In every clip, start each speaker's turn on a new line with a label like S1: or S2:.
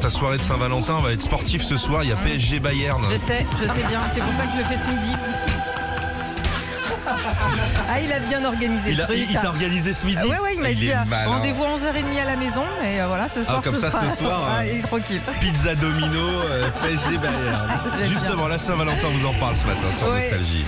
S1: Ta soirée de Saint-Valentin va être sportive ce soir. Il y a PSG Bayern.
S2: Je sais, je sais bien. C'est pour ça que je le fais ce midi. Ah, il a bien organisé
S1: Il
S2: le
S1: a-
S2: truc. hein.
S1: il- il t'a organisé ce midi
S2: Ouais, ouais, il m'a
S1: Il
S2: dit
S1: est
S2: euh,
S1: malin. Ah,
S2: rendez-vous 11h30 à la maison. Et euh, voilà, ce soir,
S1: comme
S2: ce
S1: ça,
S2: sera-
S1: ce soir, euh,
S2: Ah, il est tranquille.
S1: Pizza Domino, euh, PSG Bayern.
S2: J'aime
S1: Justement, la Saint-Valentin vous en parle ce matin sur
S2: Ouais,
S1: Nostalgie.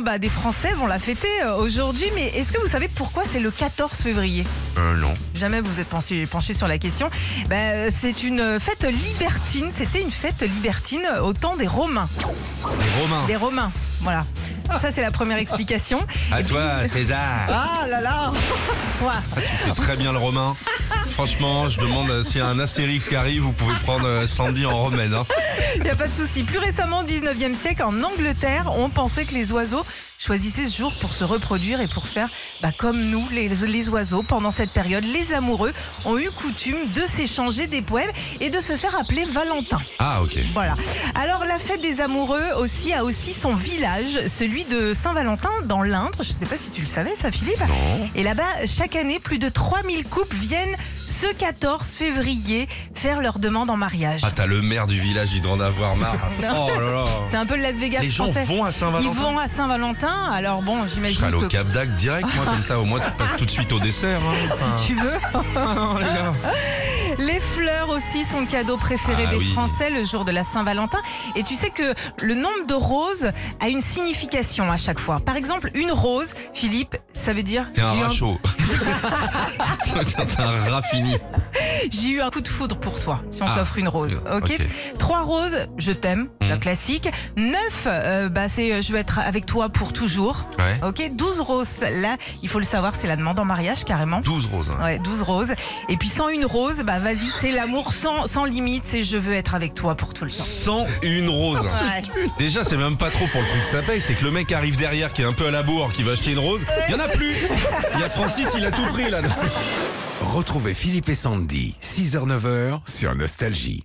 S2: 60% bah, des Français vont la fêter euh, aujourd'hui, mais est-ce que vous savez pourquoi c'est le 14 février
S1: Euh, non.
S2: Jamais vous êtes pensé- penché sur la question. Bah, euh, c'est une euh, fête libertine, c'était une fête libertine euh, au temps des Romains.
S1: Les Romains.
S2: Des Romains, voilà. Ça, c'est la première explication.
S1: À toi, César.
S2: Ah là là Ouah.
S1: Tu fais très bien le Romain. Franchement, je demande euh, s'il y a un Astérix qui arrive, vous pouvez prendre euh, Sandy en romaine. hein.
S2: Il n'y a pas de souci. Plus récemment, au 19e siècle, en Angleterre, on pensait que les oiseaux choisissaient ce jour pour se reproduire et pour faire bah, comme nous, les, les oiseaux. Pendant cette période, les amoureux ont eu coutume de s'échanger des poèmes et de se faire appeler Valentin.
S1: Ah, ok.
S2: Voilà. Alors, la fête des amoureux aussi a aussi son village, celui de Saint-Valentin dans l'Indre. Je ne sais pas si tu le savais, ça, Philippe.
S1: Non.
S2: Et là-bas, chaque année, plus de 3000 couples viennent ce 14 février faire leur demande en mariage.
S1: Ah, t'as le maire du village, il doit en avoir marre.
S2: Non.
S1: Oh là là.
S2: C'est un peu le Las Vegas
S1: Les gens
S2: français.
S1: vont à
S2: Ils
S1: Saint-Valentin.
S2: vont à Saint-Valentin, alors bon,
S1: Je
S2: j'imagine
S1: serai allé
S2: que
S1: au Cap d'Agde direct, moi, comme ça, au moins tu passes tout de suite au dessert. hein. Enfin,
S2: si tu veux.
S1: ah non, les gars.
S2: Les fleurs aussi sont le cadeau préféré
S1: Ah
S2: des
S1: oui.
S2: Français le jour de la Saint-Valentin. Et tu sais que le nombre de roses a une signification à chaque fois. Par exemple, une rose, Philippe, ça veut dire
S1: T'es un
S2: j'ai eu
S1: rat chaud. T'es un rat fini.
S2: j'ai eu un coup de foudre pour toi si on
S1: Ah,
S2: t'offre une rose. Ok.
S1: ok.
S2: Trois roses, je t'aime, la
S1: Mhm.
S2: classique. Neuf, euh, bah c'est euh, je veux être avec toi pour toujours.
S1: Ouais.
S2: Ok. Douze roses, là, il faut le savoir, c'est la demande en mariage carrément.
S1: 12 roses. hein.
S2: Ouais, 12 roses. Et puis sans une rose, bah vas-y, c'est l'amour sans, sans limite, c'est je veux être avec toi pour tout le temps.
S1: 101 roses.
S2: Ouais.
S1: Déjà, c'est même pas trop pour le coup que ça paye. C'est que le mec arrive derrière qui est un peu à la bourre, qui va acheter une rose. Il y en a plus. Il y a Francis, il a tout pris là.
S3: Retrouvez Philippe et Sandy, 6h-9h sur Nostalgie.